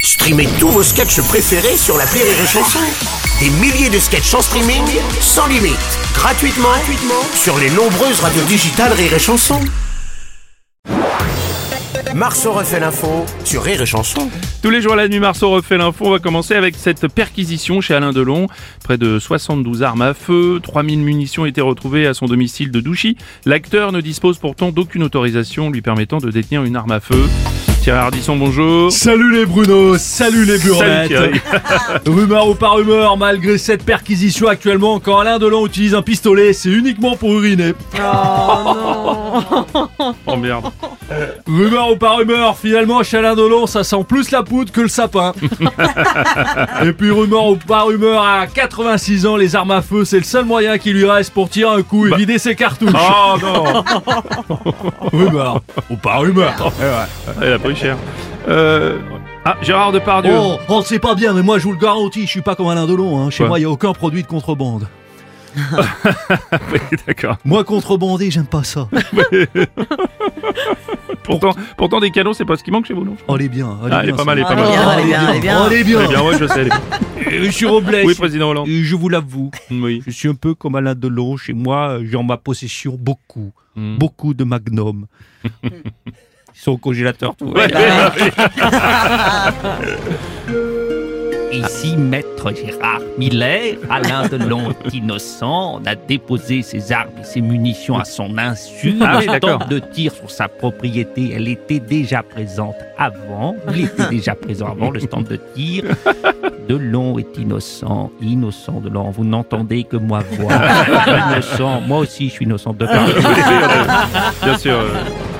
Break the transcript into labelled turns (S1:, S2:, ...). S1: Streamez tous vos sketchs préférés sur la Rire et Chanson. Des milliers de sketchs en streaming, sans limite, gratuitement, gratuitement sur les nombreuses radios digitales Rire et Chanson. Marceau refait l'info sur Rire et Chanson.
S2: Tous les jours à la nuit, Marceau refait l'info. On va commencer avec cette perquisition chez Alain Delon. Près de 72 armes à feu, 3000 munitions étaient retrouvées à son domicile de Douchy. L'acteur ne dispose pourtant d'aucune autorisation lui permettant de détenir une arme à feu. Thierry Ardisson, bonjour.
S3: Salut les Bruno, salut les
S2: Salut
S3: burettes.
S2: Thierry.
S3: rumeur ou pas rumeur, malgré cette perquisition actuellement, quand Alain Delon utilise un pistolet, c'est uniquement pour uriner.
S2: Oh merde.
S3: Rumeur ou pas rumeur, finalement chez Alain Delon, ça sent plus la poudre que le sapin. Et puis rumeur ou pas rumeur, à 86 ans, les armes à feu, c'est le seul moyen qui lui reste pour tirer un
S2: Bah.
S3: coup et vider ses cartouches.
S2: Oh non.
S3: rumeur ou pas
S2: Oh,
S3: rumeur. Eh ouais.
S2: Elle a pas eu cher. Euh... Ah, Gérard Depardieu.
S3: Oh, on le sait pas bien, mais moi je vous le garantis, je suis pas comme Alain Delon. hein. Chez
S2: Ouais.
S3: moi, il y a aucun produit de contrebande.
S2: Oui, D'accord.
S3: Moi, contrebander, j'aime pas ça.
S2: Pourtant, pourtant des canons, c'est pas ce qui manque chez vous, non
S3: Oh, elle est bien.
S2: Ah, elle est pas
S3: bien,
S2: mal, elle est
S3: celle-là.
S2: pas mal.
S3: Oh,
S4: Elle est bien, elle est bien.
S3: Oh, elle est
S2: Eh
S3: bien.
S2: bien, ouais, je sais. elle est-
S3: Euh, Je suis Robles.
S2: Oui, président Hollande.
S3: Euh, Je vous l'avoue,
S2: Oui.
S3: je suis un peu comme Alain Delon. Chez moi, euh, j'ai en ma possession beaucoup,
S2: Hmm.
S3: beaucoup de magnum. Ils sont au congélateur, tout.
S2: Ouais,
S5: Ici Maître Gérard Miller, Alain Delon est innocent, on a déposé ses armes et ses munitions à son insu.
S2: Ah oui,
S5: Un
S2: d'accord.
S5: tente de tir sur sa propriété, elle était déjà présente avant. Il était déjà présent avant le stand de tir. Delon est innocent, innocent Delon, vous n'entendez que moi voir. innocent, moi aussi je suis innocent de parler.
S2: Bien sûr. euh,